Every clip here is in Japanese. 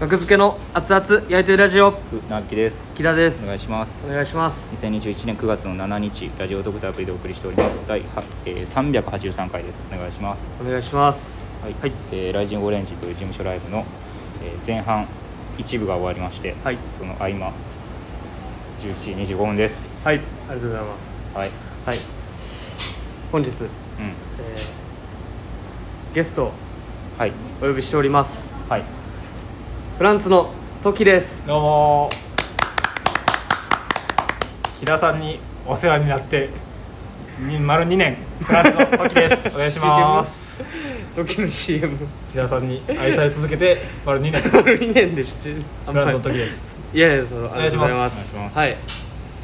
学付けの熱々焼いてるラジオなびきです木田でおす願いしますお願いします2021年9月の7日ラジオドクターアプリでお送りしております第、はえー、383回ですお願いしますお願いしますはい、はいえーライジンオレンジという事務所ライブの、えー前半一部が終わりまして、はいその合間17時25分ですはいありがとうございますはいはい本日、えうんーゲストをはいお呼びしておりますはいフランスのトキですどうも平さんにお世話になってに丸2年フランスの時 ですお願いしますトキの CM 平さんに愛され続けて丸2年フ 丸2年でしてあんラまンスりの時ですいやいやそのあおり願がといしうござますいますお願いしますはいいや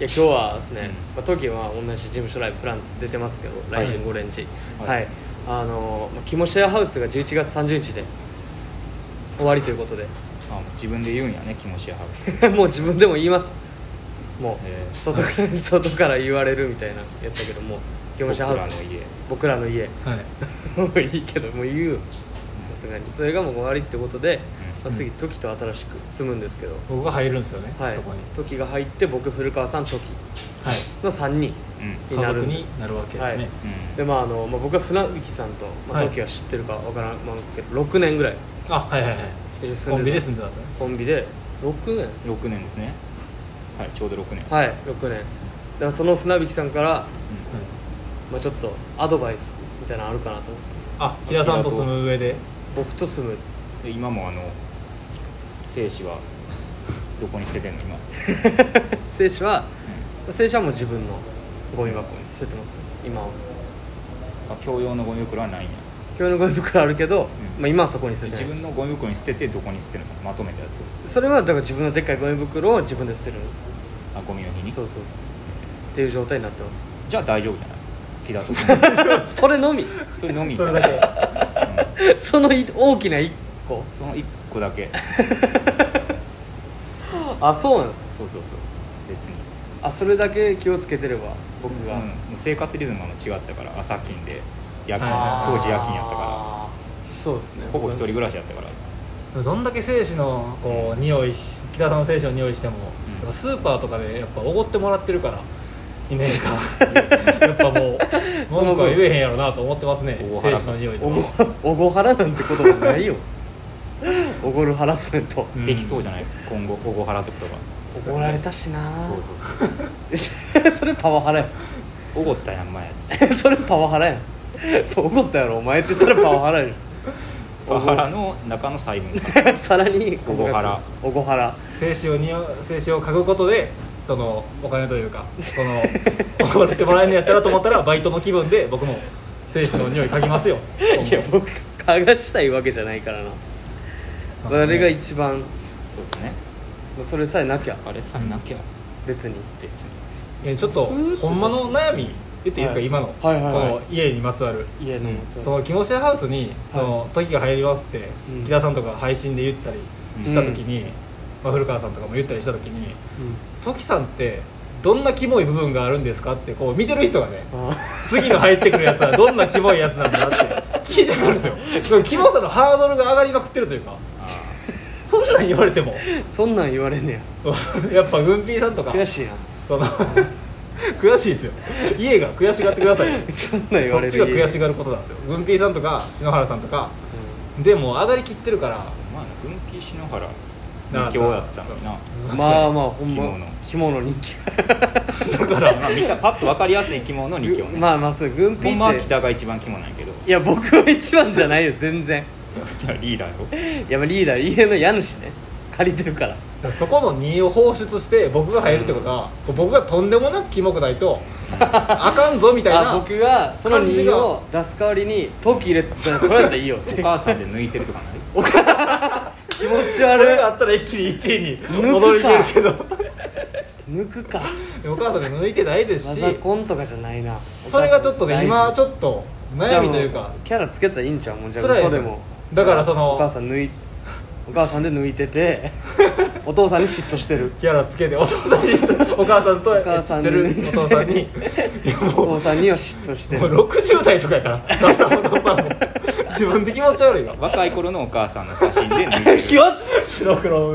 今日はですね、うんまあ、トキは同じ事務所ライブフランス出てますけど「ライジングオレンジ」は、はいいあのまあキモシェアハウスが11月30日で終わりということで あ自分で言うんやね気持ちやはもう自分でも言いますもう、えー 外から外から言われるみたいなやったけどもキモシェアハウス僕らの家 はいもういいけどもう言うよさすがにそれがもう終わりってことで、うまんあ、次トキと新しく住むんですけど、僕が入るんですよね、はいそこに、トキが入って僕古川さんトキはいの3人うんうんに家なる族になるわけですね、はいうんでまああの、まあ、僕は船引さんと、まあ、はいトキは知ってるかわからん、まあ、けど6年ぐらいあはいはいはい一緒に住んでたコンビで住んでたんですねコンビで6年6年ですねはいちょうど6年はい6年だからその船引さんから、うまあ、ちょっとアドバイスみたいなのあるかなと思ってあ平さんと住む上で僕と住むんで今もあの精子はどこに捨ててんの今、精子は精子はもう自分のゴミ箱に捨ててますよ今はあ共用のゴミ袋はないんや今日のゴミ袋あるけど、うんまあ、今はそこに捨ててな自いです分のゴミ袋に捨ててどこに捨てるのまとめたやそれはだから自分のでっかいゴミ袋を自分で捨てるつあゴミの日にそうそうそうっていう状態になって ますじゃあ大丈夫じゃない木田とそれのみそれのみそれだけう んそのい大きな1個その1個だけあそうなんですかそうそうそう別にあそれだけ気をつけてれば僕が、うんもう生活リズムがもう違ったから朝勤で夜勤あ当ー時夜勤やったからそうですねらほぼ一人暮らしやったから どんだけ精子のこう匂いし北さんの精子の匂いしても、うんやっぱスーパーとかでやっぱおごってもらってるからイメージ がやっぱもうその分文句は言えへんやろなと思ってますね大精原子の匂いとおかごおごはらなんて言葉ないよ おごるハラスメントうんできそうじゃない今後保護払ってことがおごられたしなそうそうそ うそれパワハラや おごったやん前んそれパワハラやん怒ったやろお前って言ったらパワハラやん パワハラの中の細分化さらにおごはらおごはら精子を匂い精子を嗅ぐことでそのお金というかその おごってもらえるんやったらと思ったらバイトの気分で僕も精子の匂い嗅ぎますよ いや僕剥がしたいわけじゃないからな今後あれが一番もそうですねうそれさえなきゃあれさえなきゃ別に別にいやちょっとほんまの悩み言っていいですか、はい今の、はいはいはいこの家にまつわる家のそのキモシェアハウスにその時が入りますって、うん木田さんとか配信で言ったりした時に、まあ、古川さんとかも言ったりした時にうん時さんってどんなキモい部分があるんですかってこう見てる人がねあ次の入ってくるやつはどんなキモいやつなんだって聞いてくるんですよそのキモさのハードルが上がりまくってるというかあそんなん言われてもーそんなん言われんねそうやっぱグンピーさんとやか悔しいなその悔しいですよ家が悔しがってくださいよそんなん言こわれるっちが悔しがることなんですよグンピーさんとか篠原さんとかでもう上がりきってるからまあ軍記篠原な二強やったのになうんまあまあほんま肝の肝の 日記だかまらあみんなパッと分かりやすい着物の2強ね、まあまあそう軍ほんまは備って北が一番肝なんや けどいや僕は一番じゃないよ全然じゃあリーダーよ いやまあリーダー家の家主ね借りてるからそこの2を放出して僕が入るってことは、僕がとんでもなくキモくないと あかんぞみたいあな僕がその感じ2がを出す代わりに時入れてたらそれやったらいいよっおて母さんで抜いてるとかない気持ちそ悪れいがあったら一気に1位に抜くか戻り出るけど抜くかお母さんで抜いてないですマしザコンとかじゃないなそれがちょっとね今ちょっょっと悩みというかキャラつけたらいいんちゃうもんじゃあ辛いです嘘よでもだからその お母さん抜いお母さんで抜いててお父さんに嫉妬してるキャラつけてお父さんにお母さんとお母さんに知ってるお父さんにいやおもうも父さんには嫉妬してるう60代とかやからお母さんもお父さんも自分で気持ち悪いわ若い頃のお母さんの写真で脱い でる気持白黒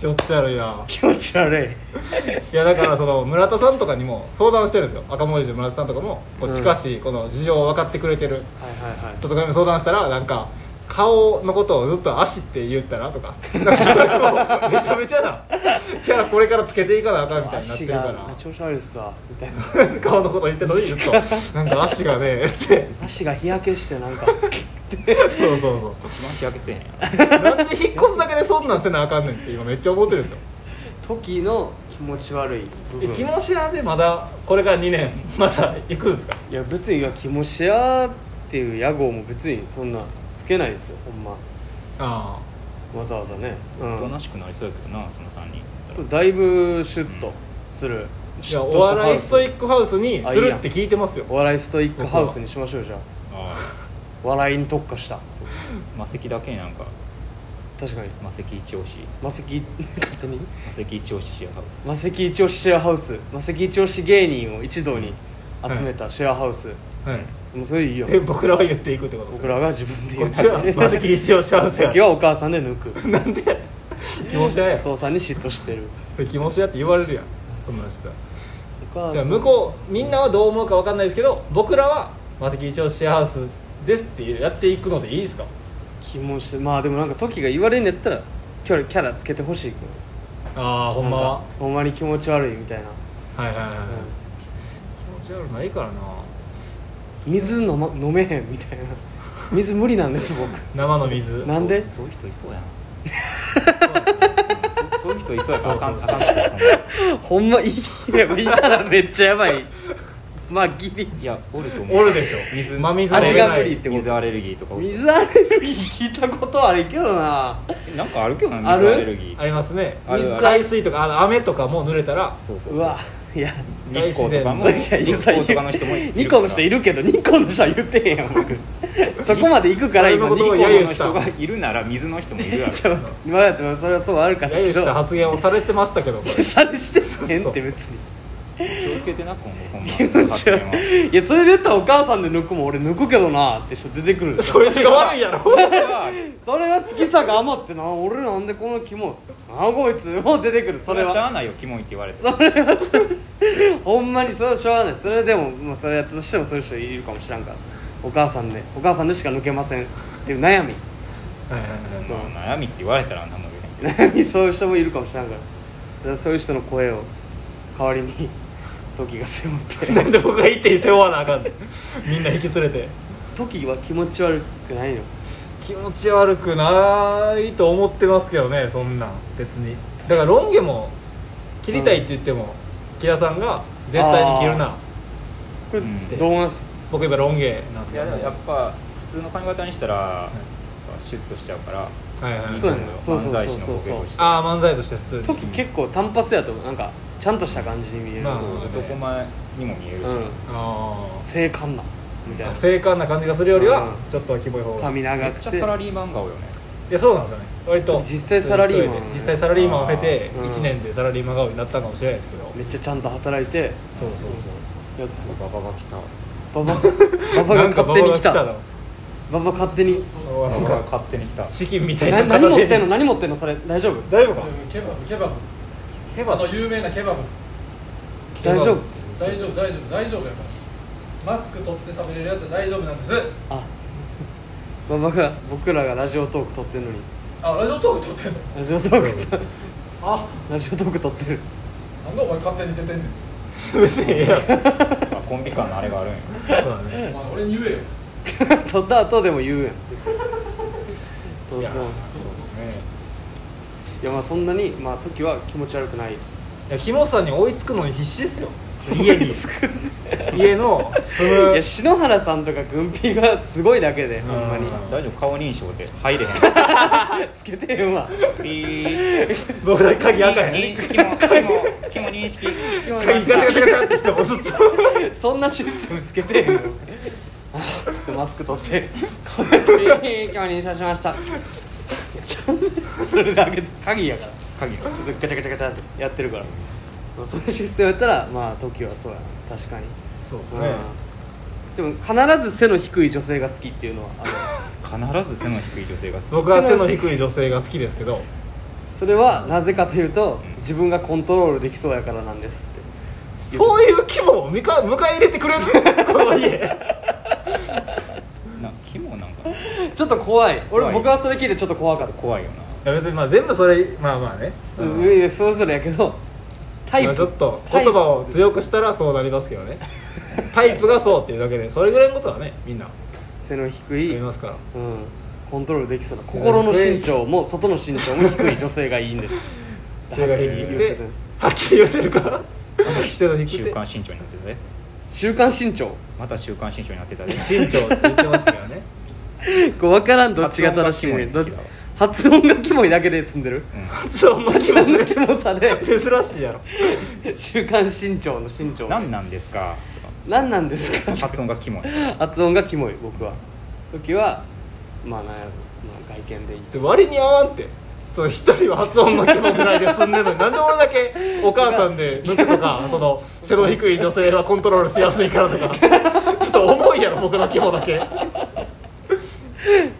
気持ち悪いな気持ち悪いいやだからその村田さんとかにも相談してるんですよ赤文字の村田さんとかもこううん近しいこの事情を分かってくれてるはいはいはい人とかにも相談したらなんか顔のことをずっと足って言ったらとかなんかそれもめちゃめちゃなキャラこれからつけていかなあかんみたいになって足るかがら調子悪いですわみたいな顔のこと言ってるのにずっとなんか足がねって足が日焼けしてなんかそうそうそう一番日焼けせえへんやろなんで引っ越すだけでそんなんせなあかんねんって今めっちゃ思ってるんですよ時の気持ち悪い部え分気持ち屋でまだこれから2年また行くんですかいや別にいや気持ちやっていう屋号も別にそんなつけないですよほんまあわざわざね、う、おとなんしくなりそうやけどなその3人そうだいぶシュッとする、あいシュやッとお笑いストイハウックハウスにするって聞いてますよスお笑いストイックハウスにしましょうじゃああ笑いに特化したあ魔石だけになんか確かに魔石一押しマセキ勝手に魔石一押しシェアハウスマセキ一押しシェアハウスマセキ一押し芸人を一堂に集めたシェアハウス、はいもうそれいいよえ僕らは言っていくってことで僕すからが自分でこ言っうちはマセキ一応シャウスや先はお母さんで抜くなんで気持ち屋おや父さんに嫉妬してる気持ち屋って言われるやんそんなんしたらお母いやさん向こうみんなはどう思うかわかんないですけど僕らはマセキ一応シェアハウスですっていうやっていくのでいいですか気もしてまあでもなんか時が言われんのやったらキャラキャラつけてほしいけどああほんまなはかほんまに気持ち悪いみたいな、はいはいはいはい、う、気持ち悪ないからなん水飲,、ま、飲めへんみたいな水無理なんです僕生の水なんでそうそういう人いそうやなそうそういう人いそうやからあかんそうあそうかそうんあかんほんまいいやいたらめっちゃやばいまあギリいやおると思う おるでしょ水真水飲め味ないが無理ってこと水アレルギーとかおる水アレルギー聞いたことあるけどなえなんかあるけどな水あるアレルギありますねあるある水海水とかあの雨とかも濡れたーらそうそううわいや日光とかもい大や日光とかの人もいるから ニコの人いるけどニコの人は言ってへんやん僕そこまで行くから今それのニコことをの揶揄し人た人がいるなら水の人もいるやろちょ今やってもそれはそうあるから揶揄けしどた発言をされてましたけどそれされしてへんって別に気をつけてな今後ほんま気持ち悪いいやそれで言ったらお母さんで抜くも俺抜くけどなって人出てくるそそいつが悪いやろれは好きさが余ってな俺なんでこのキモいなあこいつもう出てくるそそれれはしゃはあないよキモいって言われてそれはほんまにそれはしょうがないそれでも、まあ、それやったとしてもそういう人いるかもしらんからお母さんでお母さんでしか抜けませんっていう悩みはいはいはいそうまあ悩みって言われたら何も言えへん悩けどみそういう人もいるかもしらんからだからそういう人の声を代わりに時が背負ってなんで僕が一点背負わなあかんねんみんな引き連れて時は気持ち悪くないの気持ち悪くないと思ってますけどねそんなん別にだからロン毛も切りたいって言っても、木田さんが絶対に切るなこれうんどうなんす僕今ロン毛なんですいけどやねでもやっぱ普通の髪型にしたらシュッとしちゃうからはいはいそうやねそうそう漫才師のボケとしてああ漫才として普通に時結構単発やとなんかちゃんとした感じに見える、まあそう男前にも見えるしうんあ性感なみたいあな静観な感じがするよりはうんちょっとキモい方がい髪め長っくちゃてサラリーマン顔よねやそうなんですよね割と実際サラリーマン実際サラリーマンを経てうん1年でサラリーマン顔になったかもしれないですけどめっちゃちゃんと働いてそうそうやつババが来たババババが勝手に来たなバんかバ勝手にババババが来たのながんか勝手に来た資金みたいなな何持ってんの何持ってんのそれ大丈夫 大丈夫かケバブケバブケあバの有名なケバブ大丈夫大丈夫大丈夫大丈夫やからマスク取って食べれるやつは大丈夫なんですあ ババが僕らがラジオトーク撮ってるのにあラジオトーク取ってんのラジオトークあラジオトーク撮ってる なんでお前勝手に出てんねん別にええやんそうあコンビ感のあれがあるんやだねお前俺に言えよ撮った後でも言うやんそういやそそううですねいやまあそんなにまあ時は気持ち悪くない いやキモさんに追いつくのに必死っすよ家に家の住いむや篠原さんとか軍ピがすごいだけでほんまにうん大丈夫顔認証で入 れへんつけてへんわピー僕だけ鍵開かへん認識もキモキモ認識鍵ガチャガチャガチャってしてもずっとそんなシステムつけてへんよ あつってマスク取ってこれ今日認証しましたちょそれで開けて鍵やから鍵をガチャガチャガチャってやってるから、まあ、そういうシステムやったらまあ時はそうやな確かにそうですうんねでも必ず背の低い女性が好きっていうのはある必ず背の低い女性が好き僕は背の低い女性が好きですけどそれはなぜかというとうん自分がコントロールできそうやからなんですってそういう規模を迎え迎え入れてくれるこの家な肝なんかちょっと怖い俺怖い僕はそれ聞いてちょっと怖かった怖いよないや別にまあ全部それまあまあね、うんいやいやそれぞれやけどタイまプあちょっと言葉を強くしたらそうなりますけどねタイプがそうっていうだけでそれぐらいのことはねみんな背の低い、言いうん、ますからコントロールできそうな心の身長も外の身長も低い女性がいいんです 背が低はっきりく言っててるはっきり言ってるから背の低週くて刊新潮になってたで週刊身長また週刊新潮になってたで 身長って言ってましたからねこう分からんどっちが正しいね発音がキモいどっ発音がキモいだけで済んでるそうマジそんなでキモさで珍しいやろ週刊新潮の新潮何なんですか何なんですか発音がキモい発音がキモい僕は時はまあなんやろ、まあ、外見でいいで割に合わんってそう一人は発音の規模ぐらいで済んでるのになんで俺だけお母さんで抜くとかその背の低い女性はコントロールしやすいからとかちょっと重いやろ僕の規模だけ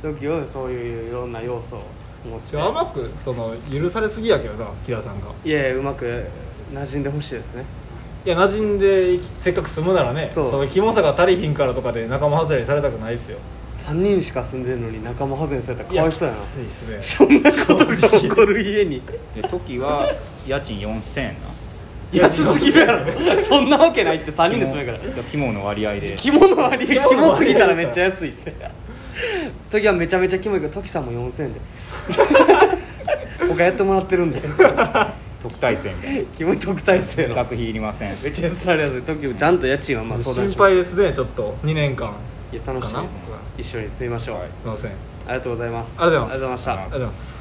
時はそういういろんな要素を持ってちょ甘くその許されすぎやけどな木田さんがいやいやうまく馴染んでほしいですねいや馴染んでいきせっかく住むならねそうそのキモさが足りひんからとかで仲間外れにされたくないっすよ3人しか住んでるのに仲間外れされたらかわいそうやなきついっすそねんなことが起こる家にで時は家賃4000円な安すぎるや ろそんなわけないって3人で住めるから肝肝の割合でキモの割合キ肝のモす割合ぎたらめっちゃ安いって時はめちゃめちゃキモいけど時さんも4000円で 他やってもらってるんで特待生みたいなキモい特待生学の費いりませんめっちゃ安されやすい時もちゃんと家賃はまあ相談心しま配ですねちょっと2年間すいや楽しいです一緒に住みましょう、はいすいませんありありがとうございますありがとうござありがとうごいますざいましたがとうございます